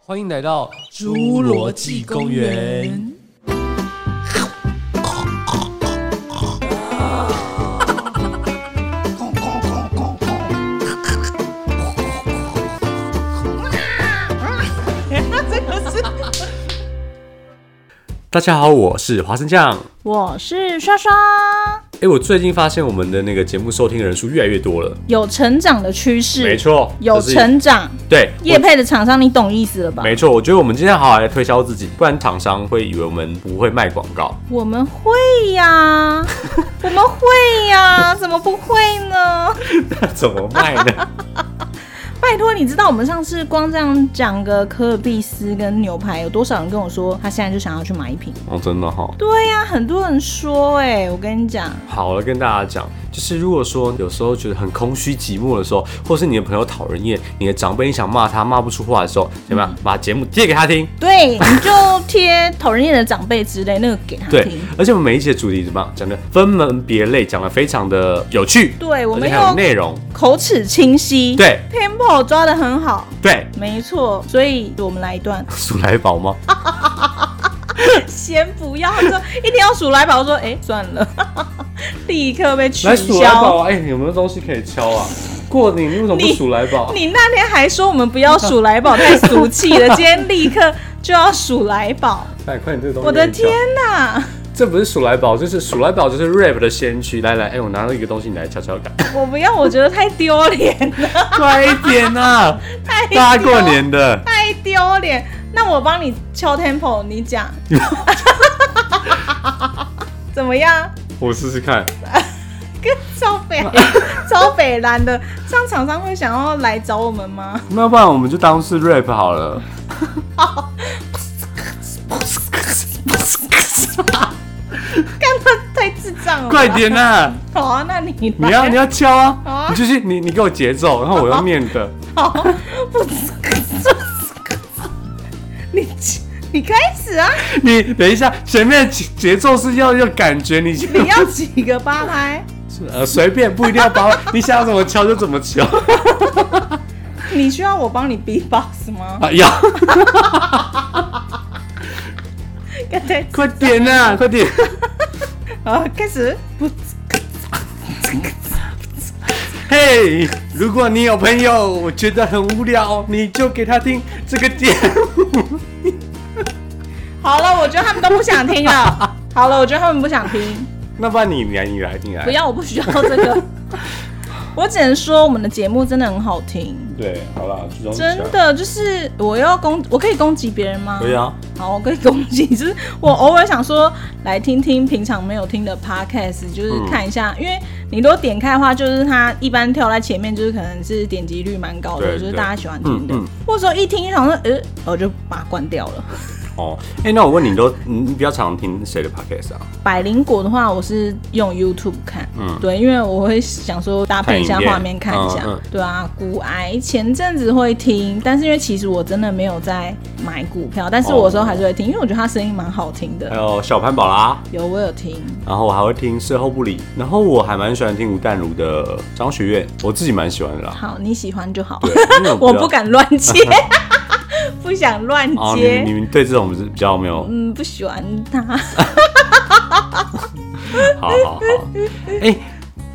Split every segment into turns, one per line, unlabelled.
欢迎来到
侏罗纪公园。
大家好，我是花生酱。
我是刷刷，
哎、我最近发现我们的那个节目收听人数越来越多了，
有成长的趋势，
没，错，
有
就是
成长。
对
叶配的厂商，你懂意思了吧？
没错，我觉得我们今天好好来推销自己，不然厂商会以为我们不会卖广告。
我们会呀， 我们会呀，怎么不会呢？
那 怎么卖呢？
拜托，你知道我们上次光这样讲个可尔必斯跟牛排，有多少人跟我说他现在就想要去买一瓶？
哦，真的哈、
对呀、很多人说哎、我跟你讲，
好了，跟大家讲，就是如果说有时候觉得很空虚寂寞的时候，或是你的朋友讨人厌，你的长辈你想骂他骂不出话的时候，怎么样？把节目贴给他听。
对，你就贴讨人厌的长辈之类那个给他
对
听。，
而且我们每一期的主题怎么样？讲的分门别类，讲的非常的有趣，
对，我
而
们
且还有
又
内容。
口齿清晰，
对
，tempo 抓得很好，
对，
没错。所以我们来一 段，
鼠来宝吗？
啊先不要说，一定要数来宝，我说哎、算了， 立刻被取
来鼠来宝
消。
啊！哎、有没有东西可以敲啊？过年你为什么不
你
鼠来宝？啊
你那天还说我们不要数 来宝，太俗气了。今天立刻就要数来 宝，
哎，快点，这个东西
我的
可以敲
天！哪！
这不是鼠来宝，就是鼠来宝，就是 rap 的先驱。来来，哎、我拿到一个东西，你来敲敲看。
我不要，我觉得太丢脸了，
快一点 啊！
太丢
大家过年的，
太丢脸。那我帮你敲 tempo，你 讲 怎么样？
我试试看。
跟超北 超北蓝的，这样厂商会想要来找我们吗？
那要不然我们就当是 rap 好了。
干他太智障了！
快！点啊！
好啊，那你来
你要你要敲
好
啊！
啊
你就是你你给我节奏，然后我要念的。
好，不，你你开始 啊！
你等一下，前面节节奏是要要感觉，你先
你要几个八拍？
呃随便，不一定要 把你想怎么敲就怎么敲
你需要我帮你 B box 吗？
啊！要
刚才
快点啊，快点！
啊，开始不
嘿，如果你有朋友我觉得很无聊，你就给他听这个点。
好了，我觉得他们都不想 听了。好了，我觉得他们不想听，
那不然你来你来你来
不，要，我不需要这个。我只能说，我们的节目真的很好听。
对，好啦，就这样
真
讲。
的就是我要攻，我可以攻击别人吗？
可以。啊，
好，我可以攻击， 就是我偶尔想说来听听平常没有听的 podcast，就是
嗯
看一下，因为你如果点开的话，就是它一般跳在前面，就是可能是点击率蛮高
对
的，就是
对
大家喜欢听的。
嗯嗯
或者说一听就想说，呃，我就把它关掉了。
哦，哎、那我问你都，你你比较常听谁的 podcast 啊？
百灵果的话，我是用 YouTube 看，
嗯
对，因为我会想说搭配一下
看影片
画面看一下，
嗯嗯
对啊。股癌前阵子会听，但是因为其实我真的没有在买股票，但是
哦
我有时候还是会听，因为我觉得他声音蛮好听
还
的。
有小潘宝拉，
有我有听，
然后我还会听事后不理，然后我还蛮喜欢听吴淡如的张学院，我自己蛮喜欢的 啦。
好，你喜欢就好，
对，因为
我
比较
不敢乱 接，不想乱
哦，你
接，
们你们对这种是比较没有，
嗯，不喜欢他。
好好好，哎、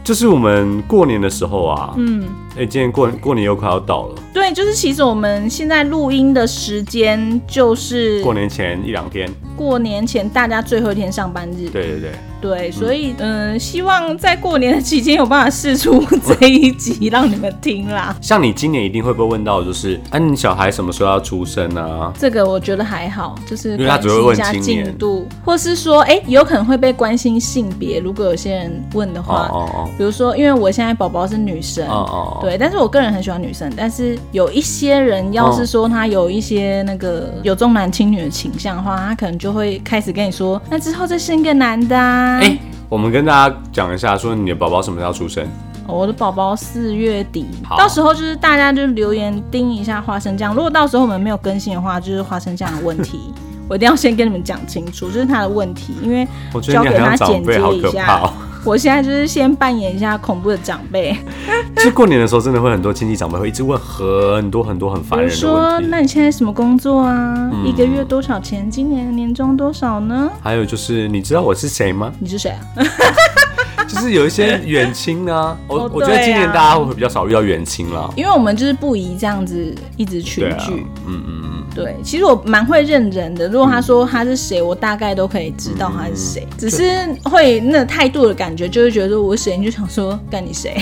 就是我们过年的时候啊，嗯，哎、今年过过年又快要到了，
对，就是其实我们现在录音的时间就是
过年前一两天，
过年前大家最后一天上班日，
对对对，
对，所以嗯、呃希望在过年的期间有办法试出这一集让你们听 啦。
像你今年一定会被问到，就是，啊，你小孩什么时候要出生啊？
这个我觉得还好，就是
因为他只会
关
问
心一下
今年
进度，或是说，哎、有可能会被关心性别。如果有些人问的
哦
话，
哦
比如说，因为我现在宝宝是女生，
哦哦哦，
对，但是我个人很喜欢女生，但是有一些人要是说他有一些那个
哦
有重男轻女的倾向的话，他可能就会开始跟你说，那之后再生一个男的啊。
哎、我们跟大家讲一下，说你的宝宝什么时候出生？
哦我的宝宝四月底，
好
到时候就是大家就留言盯一下花生酱。如果到时候我们没有更新的话，就是花生酱的问 题，我一定要先跟你们讲清楚，这、是他的问题，因为
我觉得
交
你
给
好
他
像长
剪
辈，
接
好
一
可怕
下。
哦。
我现在就是先扮演一下恐怖的长 辈，
其实过年的时候，真的会很多亲戚长辈会一直问很多很多很
比
烦
如
人的
说
问题。
那你现在什么工作啊？
嗯
一个月多少钱？今年的年终多少呢？
还有就是，你知道我是谁 吗？
你是谁啊？
就是有一些远亲啊，我、
哦
我觉得
对啊
今年大家会比较少遇到远亲啦。
因为我们就是不宜这样子一直群
对啊，
聚
嗯。嗯嗯，
对，其实我蛮会认人的。如果他说他是谁，我大概都可以知道他是谁，
嗯
只是会那态度的感觉，就会觉得说我是谁，你就想说干你谁？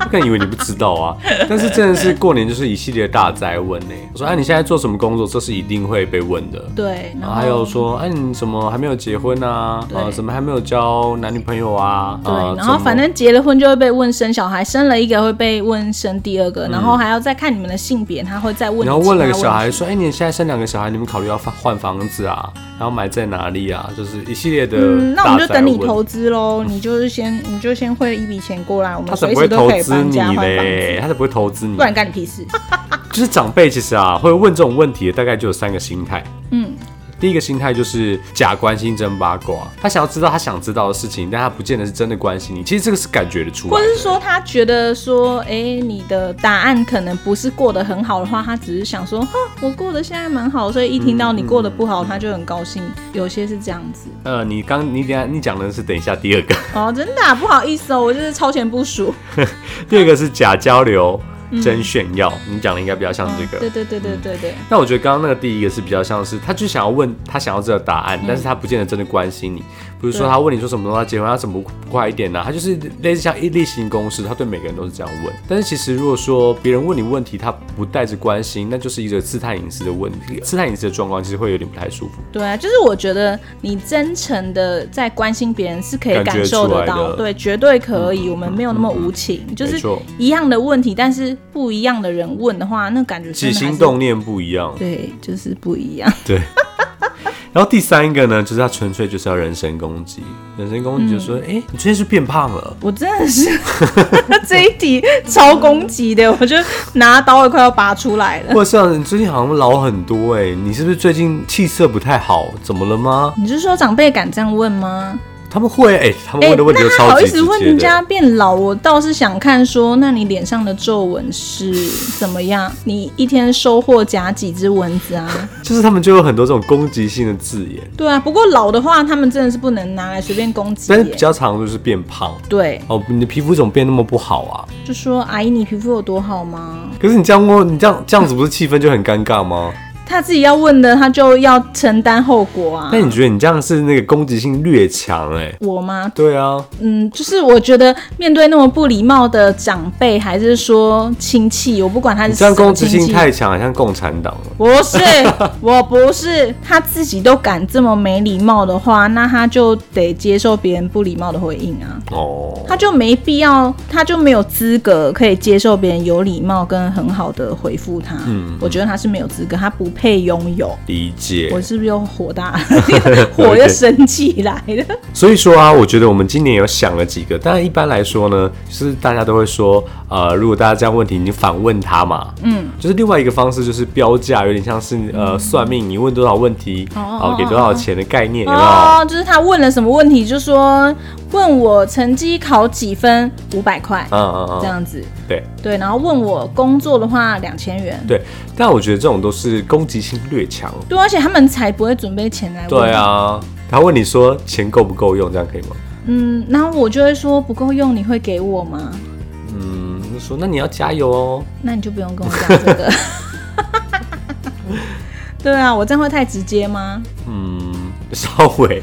我可能以为你不知道 啊，但是真的是过年就是一系列大灾问呢、我说哎、你现在做什么工作？这是一定会被问的。
对，然
然
后
后还有说，哎、你怎么还没有结婚啊？
对
啊，怎么还没有交男女朋友啊？
对
啊，
然后
怎么
反正结了婚就会被问生小孩，生了一个会被问生第二个，然后还要再看你们的性别，他会再问你。
然后嗯问了个小，孩说：“哎、你现在生两个小孩，你们考虑要换换房子啊？然后买在哪里啊？就是一系列的、
嗯，那我们就等你。投资喽，你就是先你就先汇一笔钱过来，我
他才
们
不
随时
会
都
投
可以
资
搬
你
家换房
嘞，
子，
他才不会投资你
不。然干你屁事。
就是长辈其实啊，会问这种问题，大概就有三个心态。
嗯，
第一个心态就是假关心真八卦，他想要知道他想知道的事情，但他不见得是真的关心你。其实这个是感觉得出
或
来的
者是说他觉得说，哎、你的答案可能不是过得很好的话，他只是想说，哼，我过得现在蛮好，所以一听到你过得不好，他就很高兴。有些是这样子。
呃，你刚你等一下你讲的是等一下第二个，
哦，真的啊、不好意思哦，我就是超前部署。
第二个是假交流
嗯
真炫耀，你讲的应该比较像这个。
对对对对对对。
那我觉得刚刚那个第一个是比较像是，他就想要问他想要知道答案，但是他不见得真的关心你。比如说
对
他问你说什么时候要结婚，他怎么不快一点呢、他就是类似像一例行公事，他对每个人都是这样问。但是其实如果说别人问你问题，他不带着关心，那就是一个刺探隐私的问题，刺探隐私的状况其实会有点不太舒服。
对啊，就是我觉得你真诚的在关心别人是可以
感觉
感受得
出来
到，
的嗯
对，绝对可以。我们没有那么无情，就是
没错
一样的问题，但是不一样的人问的话，那感觉真
起
的还
心
是
动念不一样，
对，就是不一样。
对。 然后第三个呢，就是他纯粹就是要人身攻击，人身攻击就说，哎、你最近是变胖了，
我真的是 这一题超攻击的，我就拿刀也快要拔出来 了。
或者是你最近好像老很多哎、你是不是最近气色不太好？怎么了吗？
你是说长辈敢这样问吗？
他们会哎、他们
哎，
问的问题都
那他
超
好
级
意
直
思问
接
人
的。
家变老，我倒是想看说，那你脸上的皱纹是怎么样？你一天收获夹几只蚊 子啊？
就是他们就有很多这种攻击性的字眼，
对啊，不过老的话，他们真的是不能拿来随便攻击
但是比
耶。
较常就是变胖
对，
哦，你的皮肤怎么变那么不好啊？
就说阿姨，你皮肤有多好吗？
可是你这样问，你这样这样子不是气氛就很尴尬吗？
他自己要问的，他就要承担后果啊
那。你觉得你这样是那个攻击性略强哎、
我吗？
对啊，
嗯，就是我觉得面对那么不礼貌的长辈，还是说亲戚，我不管他是
你这样
什么
攻击
亲
性
戚，
太强，好像共产党了。
不 是，我不是，他自己都敢这么没礼貌的话，那他就得接受别人不礼貌的回应啊，
哦，
他就没必要，他就没有资格可以接受别人有礼貌跟很好的回复他。嗯，我觉得他是没有资格，他不配拥有。
理解
我。是不是又火 大， 火又生起来了？
所以说啊，我觉得我们今年有想了几个，当然一般来说呢，就是大家都会说，呃，如果大家这样问题，你反问他嘛，嗯，就是另外一个方式就是标价，有点像是呃算命，你问多少问题，
嗯哦
然后给多少钱的概念，有啊没有？
哦，就是他问了什么问题，就说问我成绩考几分，五百块
嗯嗯
这
嗯，
样子，
对
对，然后问我工作的话两千元，
对，但我觉得这种都是攻击性略强，
对，啊而且他们才不会准备钱来问。
对，啊，他问你说钱够不够用，这样可以吗？
嗯，然后我就会说不够用，你会给我吗？
嗯，就说那你要加油哦，
那你就不用跟我讲 这个。对啊，我这样会太直接吗？
嗯，稍微。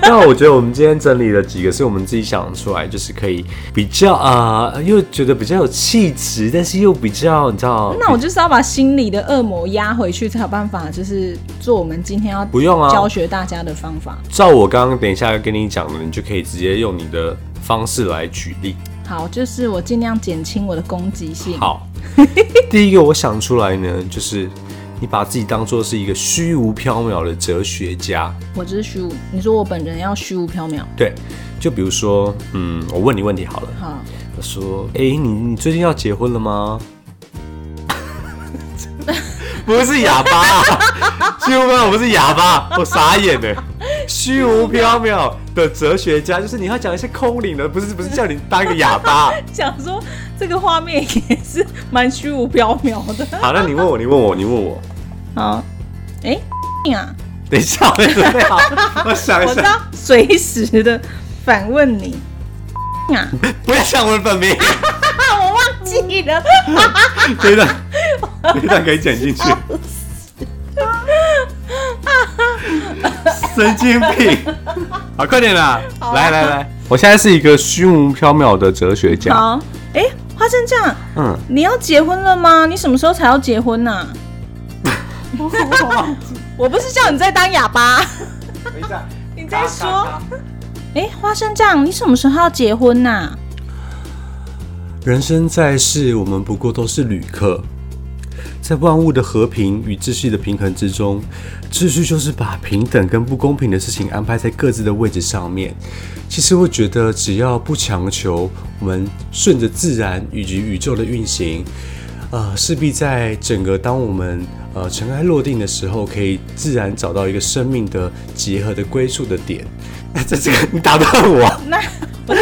那我觉得我们今天整理了几个是我们自己想出来，就是可以比较啊、呃又觉得比较有气质，但是又比较你知道，
那我就是要把心里的恶魔压回去，才有办法，就是做我们今天要
不用啊
教学大家的方法。
照我刚刚等一下要跟你讲的，你就可以直接用你的方式来举例。
好，就是我尽量减轻我的攻击性。
好，第一个我想出来呢，就是你把自己当做是一个虚无缥缈的哲学家。
我就是虚无，你说我本人要虚无缥缈。
对，就比如说，嗯，我问你问题好了，
好，
我说，哎、你你最近要结婚了吗？ 不是哑巴、啊，新闻我不是哑巴，我傻眼呢。虚无缥缈的哲学家，就是你要讲一些空灵的，不是不是叫你当一个哑巴。
想说这个画面也是蛮虚无缥缈的。
好，那你问我，你问我，你问我，
好，哎、啊，
等一下，我准备好，我想一
我知
下，
道随时的反问你。 啊，
不要想我的本名，
我忘记了，
这一段， 这一段可以剪进 去。神经病！好，快点啦！
好啊
来来来，我现在是一个虚无缥缈的哲学家。
好，哎、花生酱，
嗯，
你要结婚了吗？你什么时候才要结婚呢、我不是叫你在当哑 巴，
等一下，
你在说？哎、花生酱，你什么时候要结婚呐、
人生在世，我们不过都是旅客，在万物的和平与秩序的平衡之中，秩序就是把平等跟不公平的事情安排在各自的位置上面。其实我觉得，只要不强求，我们顺着自然以及宇宙的运行，呃，势必在整个当我们呃尘埃落定的时候，可以自然找到一个生命的结合的归宿的点。 在这个你打断我，
那 我在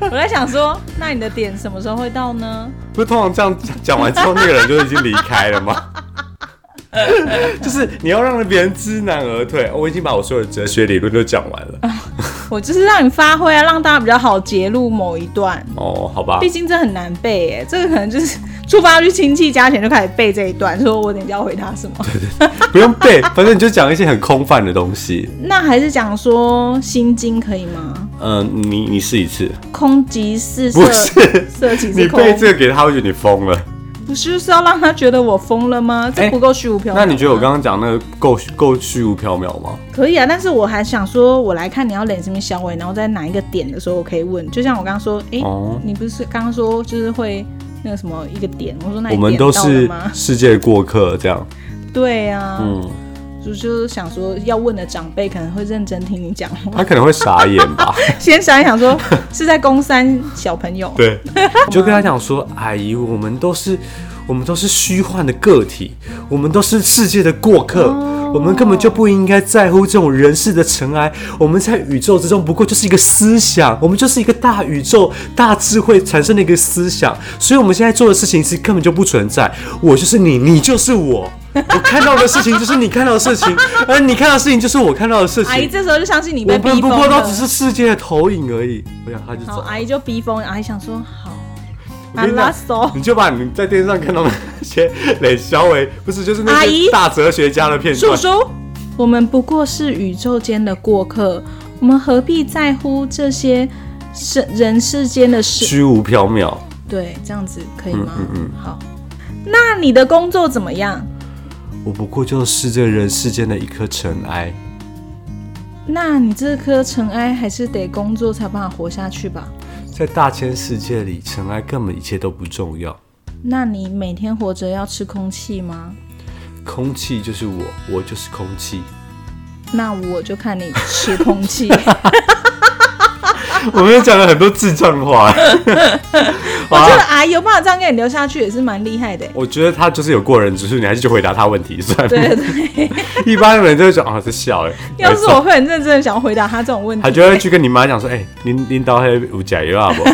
我在想说，那你的点什么时候会到呢？
不是通常这样讲讲完之后，那个人就已经离开了 吗？就是你要让别人知难而退。哦我已经把我所有的哲学理论都讲完 了。
我就是让你发挥啊，让大家比较好揭露某一段。
哦，好吧
毕，竟这很难背耶，这个可能就是出发去亲戚家前就开始背这一段，说我等一下要回答什么。
不用背，反正你就讲一些很空泛的东西。
那还是讲说《心经》可以吗？
嗯、你你试一次，
空即是色
不，是
色即
你
是空。
背这个给他，会觉得你疯了。
不是就是要让他觉得我疯了吗？这
哎
不够虚无缥缈吗、
那你觉得我刚刚讲那个够够虚无缥缈吗？
可以啊？但是我还想说，我来看你要脸什么小尾，然后在哪一个点的时候，我可以问。就像我刚刚说，哎、
哦
你不是刚刚说就是会那个什么一个点？我说那
我
你
们
点
都
到了
是
吗？
世界过客，这样。
对啊，
嗯，
就就是想说要问的长辈可能会认真听你讲 话。
他可能会傻眼吧。
先想一想说，是在攻三小朋友，
对，就跟他讲说，阿姨，我们都是，我们都是虚幻的个体，我们都是世界的过客，
哦
我们根本就不应该在乎这种人世的尘埃。我们在宇宙之中，不过就是一个思想，我们就是一个大宇宙、大智慧产生的一个思想。所以，我们现在做的事情是根本就不存在。我就是你，你就是我。我看到的事情就是你看到的事 情，而你看到的事情就是我看到的事
阿姨
情。
这时候就相信你
我
被
们
逼
不
疯
过都
了
只。是世界的投影而已。我想他就
好，
走了。
阿姨就逼疯，阿姨想说好，
我
阿
跟你
拉
讲
索，
你就把你在电视上看到那些 磊小伟，不是就是那
阿姨
些大哲学家的片
叔
段，
叔，我们不过是宇宙间的过客，我们何必在乎这些是人世间的事？
虚无缥缈。
对，这样子可以吗？
嗯嗯
好，那你的工作怎么样？
我不过就是这人世间的一颗尘埃。
那你这颗尘埃还是得工作才有办法活下去吧？
在大千世界里，尘埃根本一切都不重要。
那你每天活着要吃空气吗？
空气就是我，我就是空气。
那我就看你吃空气。
我们讲了很多智障 话。
我觉得
啊，
阿姨有办法这样跟你聊下去也是蛮厉害的欸。
我觉得他就是有过人之处，你还是去回答他问题算了。
对对对，
一般人就会说啊，这笑哎。
要是我会很认真的想要回答他这种问
他
题，
就会去跟你妈讲说，哎、您您到黑有假药啊不？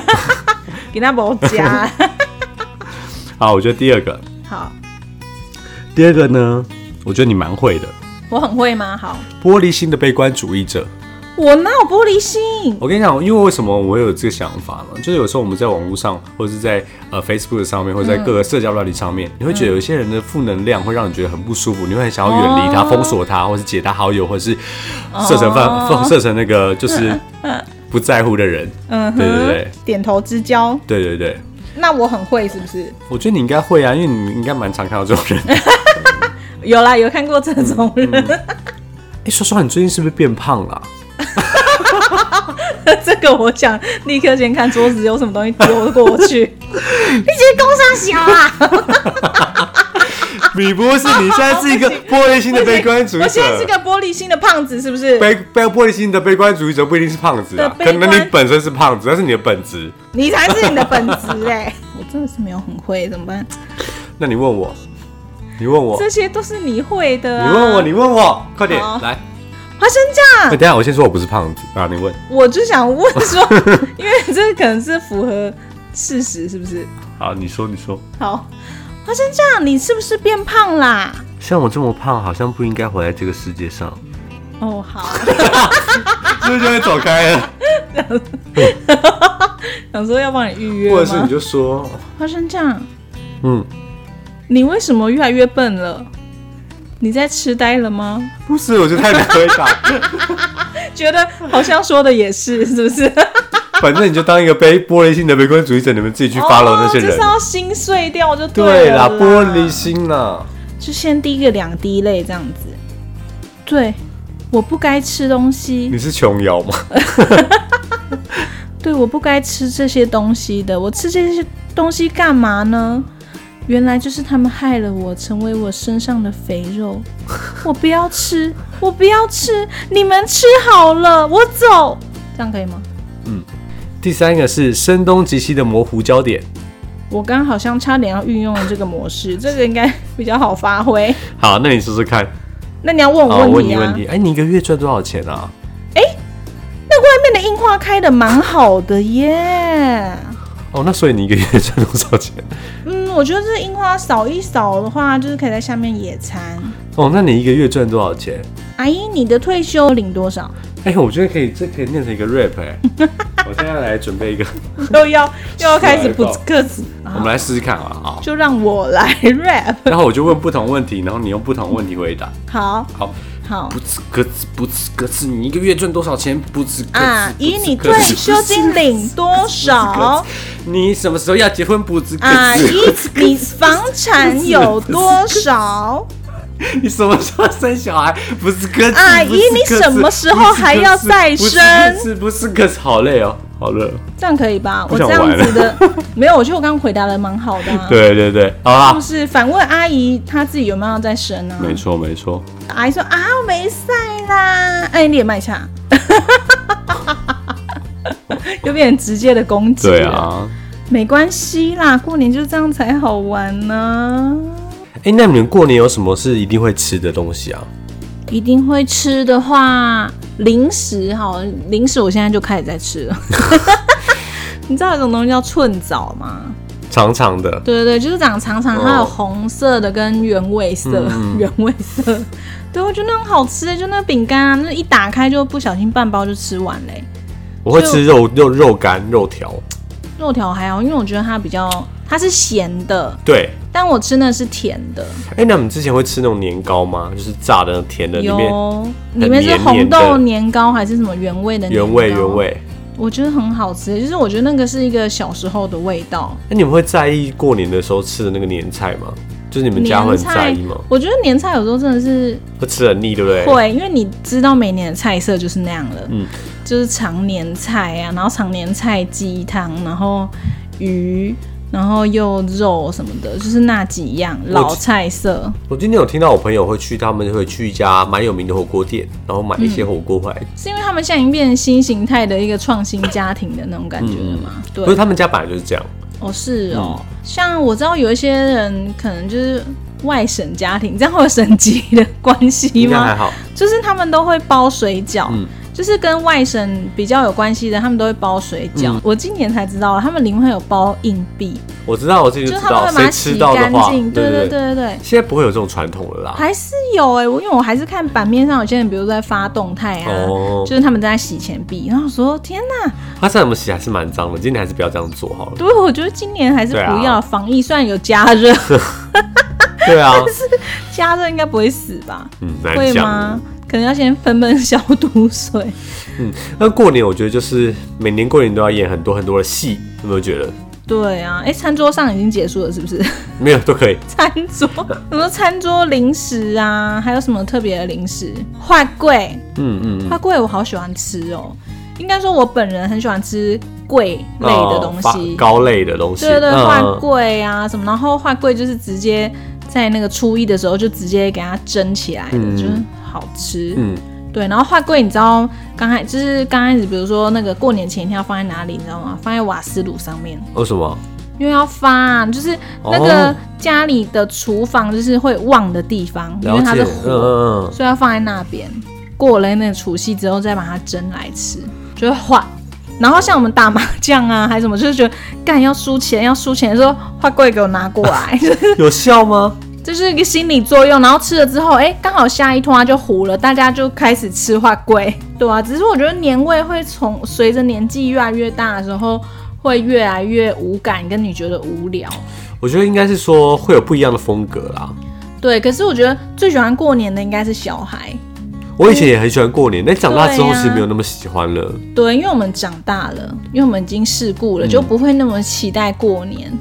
给他某 加。
好，我觉得第二个，
好，
第二个呢，我觉得你蛮会的，
我很会吗？好，
玻璃心的悲观主义者。
我哪有玻璃心？
我跟你讲，因为为什么我会有这个想法呢？就是有时候我们在网络上，或者是在呃 Facebook 上面，或者在各个社交软体上面，你会觉得有些人的负能量会让你觉得很不舒服，你会很想要远离他、
哦
封锁他，或是解他好友，或者是设成范、
哦
设成那个就是不在乎的人。
嗯哼，
对对对
点头之交。
对对对，
那我很会是不是？
我觉得你应该会啊，因为你应该蛮常看到这种 人。哎、
有啦，有看过这种人，
嗯说说你最近是不是变胖了 啊、嗯
这个我想立刻先看桌子有什么东西丢过 去。你这工商小啊！
你不是，你现在是一个玻璃心的悲观主义者。
我现在是个玻璃心的胖子，是不是？
悲悲玻璃心的悲观主义者不一定是胖子啊，
对
可
悲
能
观
你本身是胖子，但是你的本质。
你才是你的本质 哎、我真的是没有很会，怎么办？
那你问我，你问我，
这些都是你会的、
你
啊。
问我，你问我，快点
好
来。
花生
哎、
酱。
等一下我先说我不是胖子啊，你问
我就想问说， 因为这可能是符合事实，是不是？
好，你说你说，
好，花生酱，你是不是变胖啦？
像我这么胖，好像不应该活在这个世界上，
哦，好，
是不是就会走开了？
想说要帮你预约
或者是你
吗？
就说，
花生酱，
嗯，
你为什么越来越笨了？你在痴呆了吗？
不是，我觉得太难回答，
觉得好像说的也是，是不是？
反正你就当一个被玻璃心的悲观主义者，你们自己去 follow 那些
哦、就
人
是。要心碎掉就
对
了
啦，玻璃心啦，
就先滴个两滴泪这样子。对，我不该吃东西
你，是琼瑶吗？
对，我不该吃这些东西的，我吃这些东西干嘛呢？原来就是他们害了我，成为我身上的肥 肉。我不要吃，我不要吃，你们吃好了，我走，这样可以吗？
第三个是声东击西的模糊焦点。
我刚刚好像差点要运用了这个模式，这个应该比较好发挥。
好，那你试试看。
那你要问
好，
我
我问
题
你
啊？
问题，哎、你一个月赚多少钱啊？
那外面的樱花开的蛮好的耶。
哦，那所以你一个月赚多少 钱？
嗯，我觉得这樱花扫一扫的话，就是可以在下面野餐。
哦，那你一个月赚多少钱？
阿姨，你的退休领多少？
哎、我觉得可以，这可以念成一个 rap 哎、我现在来准备一个，
又要又要开始
不
不
知
克制，
我们来试试看啊。好，
就让我来 rap。
然后我就问不同问题，然后你用不同问题回答。
好
好，
好
不呲咯吱不呲咯吱，你一个月赚多少钱？不呲咯吱
啊，以你
不吱咯吱
退休金领多少？
你什么时候要结婚？不呲咯
啊，
吱，
以你房产有多少？
你什么时候生小孩？不是咯吱，
阿姨
不是咯吱
你什么时候还要再生
不是不是咯吱，好累哦，好热。
这样可以吧？
不
我
想
这
玩
样
了
子的没有，我觉得我刚刚回答的蛮好的、啊。
对对对，好
就
啦，
是反问阿姨，她自己有没有在生啊？
没错没错。
阿姨说啊，我没晒啦。哎，你也卖茶， 有点直接的攻击。
对，啊，
没关系啦，过年就这样才好玩呢、
哎、那你们过年有什么是一定会吃的东西啊？
一定会吃的话，零食好，零食我现在就开始在吃了。 你知道有一种东西叫寸枣吗？
长长的，
对对对，就是长长长，
哦
它有红色的跟原味色，
嗯
原味色。对，我觉得那很好吃就那饼干啊，那一打开就不小心半包就吃完嘞、
我会吃肉肉肉干、肉条。
肉条还好，因为我觉得它比较它是咸的，
对，
但我吃那是甜的，
哎、那你们之前会吃那种年糕吗？就是炸的、甜的，里面
有
很
里面是
黏
红
黏的
豆年糕还是什么原味的年糕啊
原味原，味。
我觉得很好吃，就是我觉得那个是一个小时候的味道。
那、你们会在意过年的时候吃的那个年菜吗？就是你们家会很
年
在
菜
意吗？，
我觉得年菜有时候真的是
会吃得很腻，对不对？
会，因为你知道每年的菜色就是那样了，
嗯
就是常年菜啊，然后常年菜鸡汤，然后鱼，然后又肉什么的，就是那几样老菜色。
我今天有听到我朋友会去，他们会去一家蛮有名的火锅店，然后买一些火锅回来。
是因为他们现在已经变成新形态的一个创新家庭的那种感觉了嘛？
嗯不是
对，
他们家本来就是这样，
哦是哦，像我知道有一些人可能就是外省家庭，这样会有省级的关系
应该还
吗？
好。
就是他们都会包水饺，
嗯
就是跟外省比较有关系的，他们都会包水饺。
嗯
我今年才知道，他们里面有包硬币，
我知道，我自己
就
就是知
他
道，
们会把
谁
它洗
吃到的
干
话，
净。
对
对对对对，
现在不会有这种传统了啦。
还是有哎、我因为我还是看版面上有些人，比如在发动态啊，
哦
就是他们在洗钱币，然后我说天哪，
他上怎么洗还是蛮脏的，今天还是不要这样做好了。
对，我觉得今年还是
对啊
不要、防疫，虽然有 加热，
对啊，
加热应该不会死吧？
嗯，
会
难讲。？
吗可能要先喷喷消毒水。
那过年我觉得就是每年过年都要演很多很多的戏，有没有觉得？
对啊，哎、餐桌上已经结束了，是不是？
没有都可以。
餐 桌，什么餐桌零食啊，还有什么特别的零食？花桂，
嗯嗯
花桂我好喜欢吃哦。应该说，我本人很喜欢吃桂类的东
啊发
西，
糕类的东西。
对对对，
哦嗯
花桂啊什么，然后花桂就是直接在那个初一的时候就直接给它蒸起来的，
嗯
就是好吃。
嗯，
对，然后花桂你知道刚开就是刚开始，比如说那个过年前一天要放在哪里，你知道吗？放在瓦斯炉上面。
为什么？
因为要发、啊，就是那
哦
个家里的厨房，就是会旺的地方，因
了
为它
解。
是
嗯
火，
嗯嗯。
所以要放在那边。过了那个除夕之后再把它蒸来吃，就会换。然后像我们打麻将啊，还是什么，就是觉得干要输钱，要输钱的时候，花柜给我拿过 来，
嗯有效吗？
这是一个心理作用。然后吃了之后，哎，刚好下一通它就糊了，大家就开始吃花龟，对啊。只是我觉得年味会从随着年纪越来越大的时候，会越来越无感，跟你觉得无聊。
我觉得应该是说会有不一样的风格啦。
对，可是我觉得最喜欢过年的应该是小孩，
我以前也很喜欢过
嗯
年，但长大之后其实没有那么喜欢了。
对，因为我们长大了，因为我们已经世故
嗯
了，就不会那么期待过年。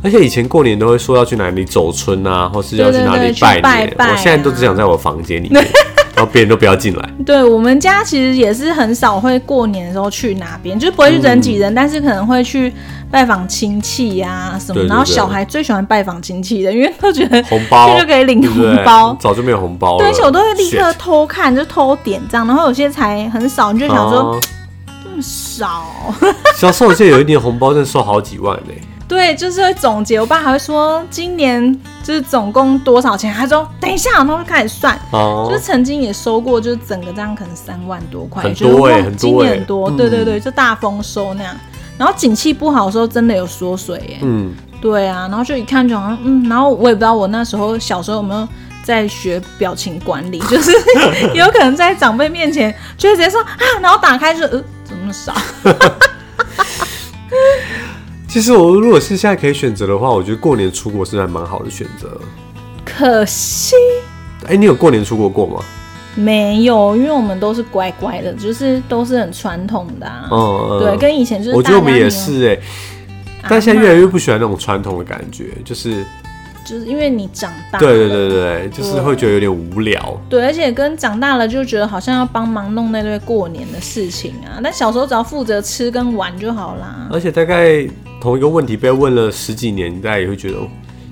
而且以前过年都会说要去哪里走春啊，或是要去哪
对
里
对对
拜
去拜
年。
拜啊
我现在都只想在我房间 里面，然后别人都不要进来。
对我们家其实也是很少会过年的时候去哪边，就是不会去人挤
嗯
人，但是可能会去拜访亲戚呀、什么。
对对对
然后小孩最喜欢拜访亲戚的，因为都 觉得
红包
这就可以领
对不对
红包。
早就没有红包了。
对，而且我都会立刻
Shit
偷看，就偷点这样，然后有些才很少，你就想说、
啊
嗯少。
小时候我记得有一年红包真的收好几万呢、
对，就是会总结。我爸还会说今年就是总共多少钱，他说等一下，然后就开始算。
哦、
就是曾经也收过，就是整个这样可能三万多块，
很
也觉得
多欸
哇
很多
今年很
欸
多，
嗯
对对对，就大丰收那样。然后景气不好的时候，真的有缩水耶、
嗯，
对啊，然后就一看就好像嗯，然后我也不知道我那时候小时候有没有在学表情管理，就是有可能在长辈面前就会直接说啊，然后打开就呃怎么那么少，
其实我如果是现在可以选择的话，我觉得过年出国是还蛮好的选择。
可惜
哎、你有过年出国过吗？
没有，因为我们都是乖乖的，就是都是很传统的、啊，
嗯，嗯
对，跟以前就是
我觉得我
大
们
家
也
没有啊
是哎、但现在越来越不喜欢那种传统的感觉，就是
就是因为你长大，
对对对对，就是会觉得有点无聊。
对，而且跟长大了就觉得好像要帮忙弄那堆过年的事情啊，但小时候只要负责吃跟玩就好啦。
而且大概同一个问题被问了十几年，大家也会觉得哦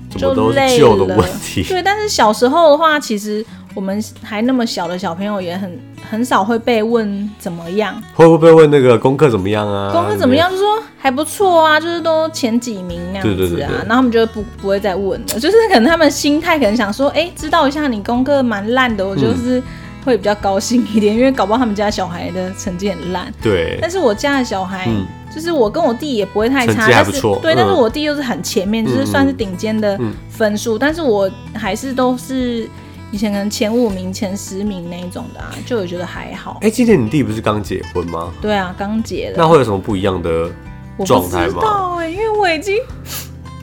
怎么
就
都是
累
旧
了
的问题。
对，但是小时候的话，其实我们还那么小的小朋友，也很很少会被问怎么样，
会不会被问那个功课怎么样啊？
功课怎么？样，就说还不错啊，就是都前几名那样子啊。
对对对对
然后他们就不不会再问了，就是可能他们心态可能想说，哎、知道一下你功课蛮烂的，我
嗯
就是会比较高兴一点，因为搞不好他们家小孩的成绩很烂。
对，
但是我家的小孩，
嗯
就是我跟我弟也不会太
成
差，
绩还
但
不
是
错
对，
嗯
但是我弟又是很前面，就是算是顶尖的分数，但是我还是都是以前可能前五名、前十名那一种的啊，就我觉得还好。
哎、今年你弟不是刚结婚吗？
对啊，刚结了，
那会有什么不一样的
我不
状态
知
吗？
道哎、因为我已经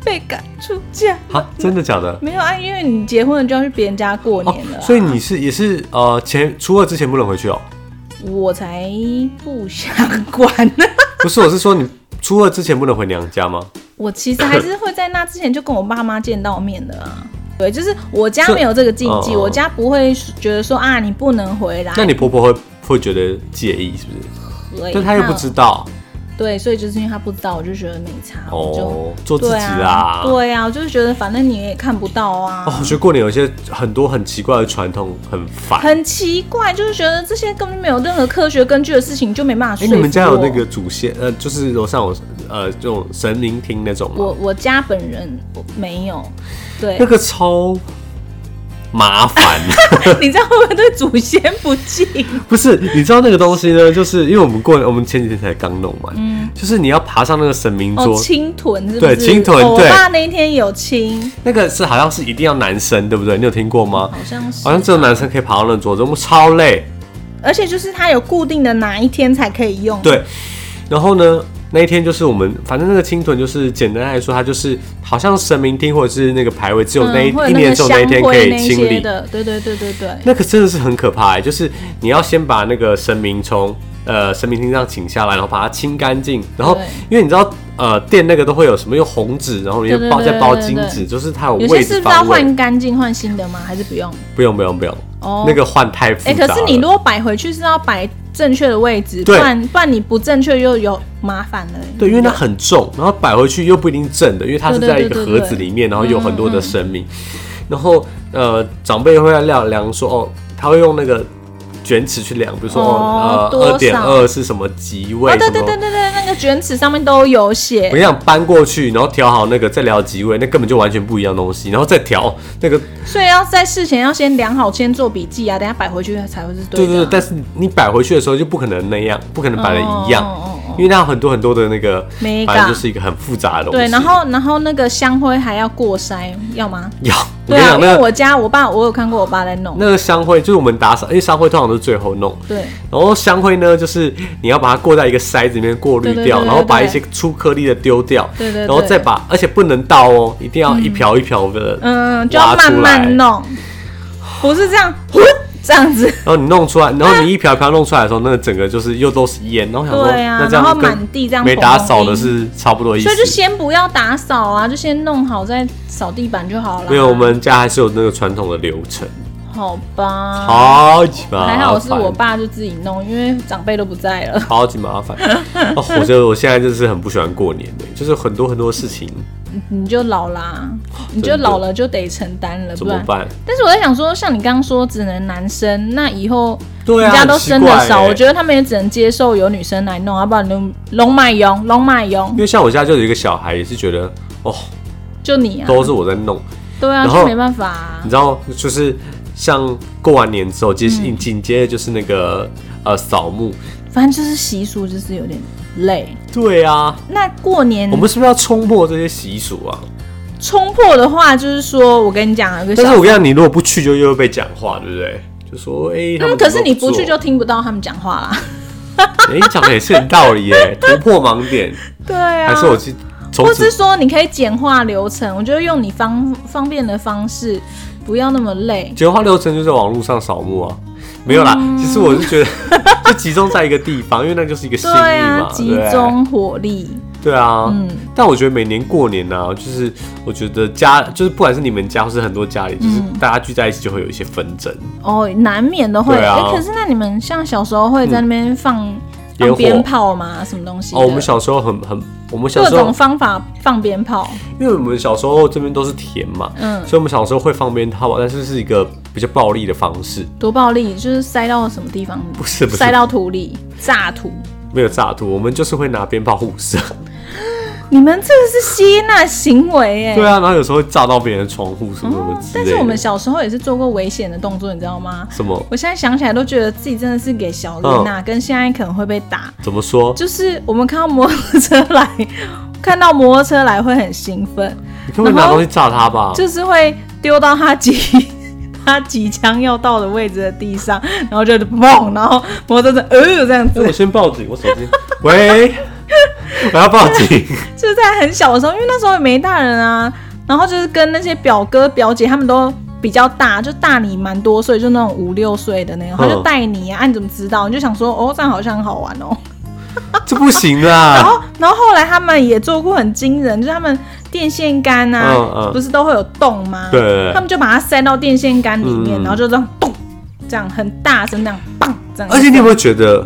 被赶出家，
啊，真的假的？
没有啊，因为你结婚了就要去别人家过
哦
年了啊、，
所以你是也是呃前初二之前不能回去哦？
我才不想管 呢。
不是，我是说你初二之前不能回娘家吗？
我其实还是会在那之前就跟我爸妈见到面的啊。对，就是我家
这
没有这个禁忌，
哦
我家不会觉得说啊你不能回来。
那你婆婆会会觉得介意是不是？
对
但她又不知道
那对，所以就是因为他不知道，我就觉得没差，我就
哦，做自
对
己
啊
啦，。
对啊，我就是觉得反正你也看不到啊，
哦，我觉得过年有一些很多很奇怪的传统，很烦。哎、
很奇怪，就是觉得这些根本没有任何科学根据的事情，就没办法说
哎你
服我。
们家有那个祖先，呃，就是楼上有呃这种神明厅那种
我
吗？
我家本人我没有， 对
那，个超麻烦。
你这样会不会对祖先不敬？
不是，你知道那个东西呢？就是因为我们过年，我们前几天才刚弄完，就是你要爬上那个神明桌，
嗯哦，青屯是不是？
对青屯
哦我
对
爸那一天有青，
那个是好像是一定要男生，对不对？你有听过吗？
好像是，
啊好像只有男生可以爬到那个桌子，我们超累。
而且就是它有固定的哪一天才可以用。，
对，然后呢，那一天就是我们，反正那个青屯就是简单来说，它就是好像神明厅或者是那个牌位，只有
嗯，
那一、
会有
一
那
年
个
只有
香
那一天可
灰那
以
一
清
些
理。
的，对对对对对。
那个真的是很可怕、欸，就是你要先把那个神明从呃神明厅上请下来，然后把它清干净，然后
对
因为你知道呃垫那个都会有什么用红纸，然后里面包
对对对
再包
对对
金
对
纸，就是它有
有
位
些是
置
不是要
方位。
换干净换新的吗？还是不用？
不用不用不用，
哦，
那个换太复
哎、
杂了。
可是你如果摆回去是要摆正确的位置，不
对
然不然你不正确又有麻烦了。
对，因为它很重，然后摆回去又不一定正的，因为它是
嗯对对
在一
对
个
对
盒
对嗯
子里面，然后有很多的生命。然后呃，长辈会来量量说，哦，他会用那个卷尺去量，比如说
哦
哦，呃，二
多
点
少
二是什么极位
哦，
什么
对对对对对，那个卷尺上面都有写
我跟，你讲，搬过去，然后调好那个，再聊几位，那根本就完全不一样的东西，然后再调那个，
所以要在事前要先量好，先做笔记啊，等一下摆回去才会是
对
对
对对
的啊。。
但是你摆回去的时候就不可能那样，不可能摆的一样，
哦哦哦哦
因为它有很多很多的那个，
Mega
反正就是一个很复杂的东西。
对，然后然后那个香灰还要过筛，要吗？
要我
对
跟你
啊，
讲，
因
那
为
个
我家我爸，我有看过我爸在弄。
那个香灰就是我们打扫，因为香灰通常都是最后弄。
对，
然后香灰呢，就是你要把它过在一个筛子里面过滤
对对
掉，
对对
然后把
对
一些粗颗粒的丢掉，
对对对
然后再把，而且不能倒哦，一定要一瓢一瓢的，
嗯，就要慢慢。弄，不是 这样，这样子。
然后你弄出
啊
来，然后你一瓢一瓢弄出来的时候，那整个就是又都是烟，然后想说，
对啊
那这样
然后
跟
满地这样
没打扫
砰砰
的
砰
是差不多意思
所以。就先不要打扫啊，就先弄好再扫地板就好了。啊
没有，我们家还是有那个传统的流程，
好吧。
超级麻烦，
嗯还好是我爸就自己弄，因为长辈都不在了。
超级麻烦。哦，我觉得我现在就是很不喜欢过年的，就是很多很多事 情
你就老啦，你就老了就得承担了，
怎
不
么
然。
办？
但是我在想说，像你刚刚说只能男生，那以后
对啊
人家都生的少，
很奇怪欸
我觉得他们也只能接受有女生来弄，要不然龙龙脉用龙脉用
因为像我家就有一个小孩，也是觉得哦，
就你啊，
都是我在 弄。
对啊，
然后
就没办法、啊
你。知道，就是像过完年之后，接
嗯
紧紧接着就是那个呃扫墓。
反正就是习俗，就是有点累。
对啊，
那过年
我们是不是要冲破这些习俗啊？
冲破的话，就是说我跟你讲，有个
但
小
是我跟你讲，你如果不去，就又会被讲话，对不对？就说哎、他
嗯，
们怎
可
么
是
都
你不
做
去就听不到他们讲话 啦。
哎，讲的也是很道理 耶，突破盲点，
对啊，
还是我去从
或
此
是说你可以简化流程，我觉得用你方方便的方式，不要那么累。
简化流程就是网络上扫墓啊？没有啦，
嗯
其实我是觉得 就集中在一个地方，因为那就是一个心
对
意
啊
嘛，，对
集
不对
中火力。
对啊，
嗯
但我觉得每年过年呢、啊，就是我觉得家，就是不管是你们家或是很多家里，就是
嗯
大家聚在一起就会有一些纷争，
哦，难免都会。
对啊
诶可是那你们像小时候会在那边放、
烟
放
火
鞭炮吗？什么东西的？
哦，我们小时候很很，我们小
各
时候
种方法放鞭炮。
因为我们小时候这边都是田嘛，
嗯
所以我们小时候会放鞭炮，但是是一个比较暴力的方式，
多暴力，就是塞到什么地方？不
是不是
塞到土里，炸土。
没有炸土，我们就是会拿鞭炮互 射，
你们这个是吸纳行为哎、
对啊，然后有时候会炸到别人的窗户什么什么
哦
之类
但
的。
是我们小时候也是做过危险的动作，你知道吗？
什么
我现在想起来都觉得自己真的是给小丽
嗯
娜，跟现在可能会被打。
怎么说？
就是我们看到摩托车来， 看到摩托车来会很兴奋，
你可不可以拿东西炸他吧？
就是会丢到他即 他即将要到的位置的地上，然后就砰，然后摩托车呃这样
哎我
子，
先报警，我手 机。喂， 我要报警。
就是在很小的时候，因为那时候也没大人啊，然后就是跟那些表哥表姐他们都。比较大，就大你蛮多岁，就那种五六岁的那种，他就
嗯
带你啊，啊你怎么知道？你就想说，哦，这样好像很好玩 哦。
这不行啊啦！
然后，然后后来他们也做过很惊人，就是他们电线杆啊，
嗯嗯
不是都会有洞吗？
对对对
他们就把它塞到电线杆里面，
嗯
然后就这样咚，这样很大声，这样棒，这样。
而且你有没有觉得，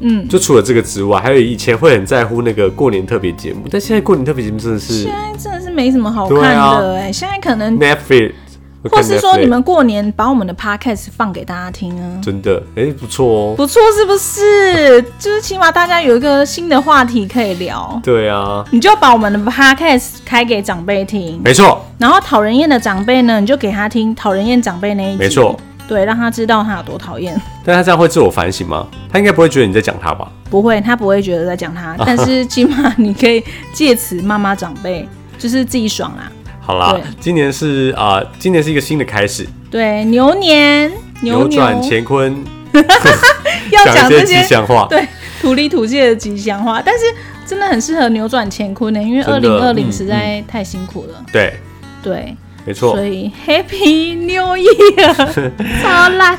嗯，
就除了这个之外，还有以前会很在乎那个过年特别节目，但现在过年特别节目真的是
现在真的是没什么好看
对啊
的哎、现在可能，
Netflix，我
或
看
是说
Netflix
你们过年把我们的 podcast 放给大家听啊。
真的哎、不错哦。
不错，是不是？就是起码大家有一个新的话题可以聊，
对啊，
你就把我们的 podcast 开给长辈听，
没错，
然后讨人厌的长辈呢，你就给他听讨人厌长辈那一集，
没错，
对，让他知道他有多讨厌。
但他这样会自我反省吗？他应该不会觉得你在讲他吧？
不会，他不会觉得在讲 他，但是起码你可以借此骂骂长辈，就是自己爽啊啦。
好啦
对，
今年是啊、呃今年是一个新的开始，
对，牛年
扭
牛牛
转乾坤，
要
讲
讲
一
这
些吉
些
祥话。
对土里土气的吉祥话，但是真的很适合扭转乾坤的，欸因为二
真
零
的
二
嗯嗯
零实在太辛苦了。
对，
对，
没错
所。以 Happy New Year，超烂。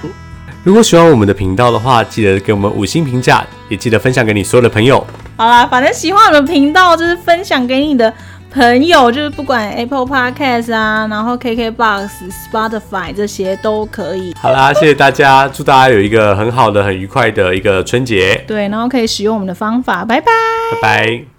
如果喜欢我们的频道的话，记得给我们五星评价，也记得分享给你所有的朋友。
好啦，反正喜欢我们的频道，就是分享给你的朋友，就是不管 Apple Podcast 啊，然后 KKBox、Spotify 这些都可以。
好啦，谢谢大家，祝大家有一个很好的、很愉快的一个春节，
对，然后可以使用我们的方法。拜拜。
拜拜。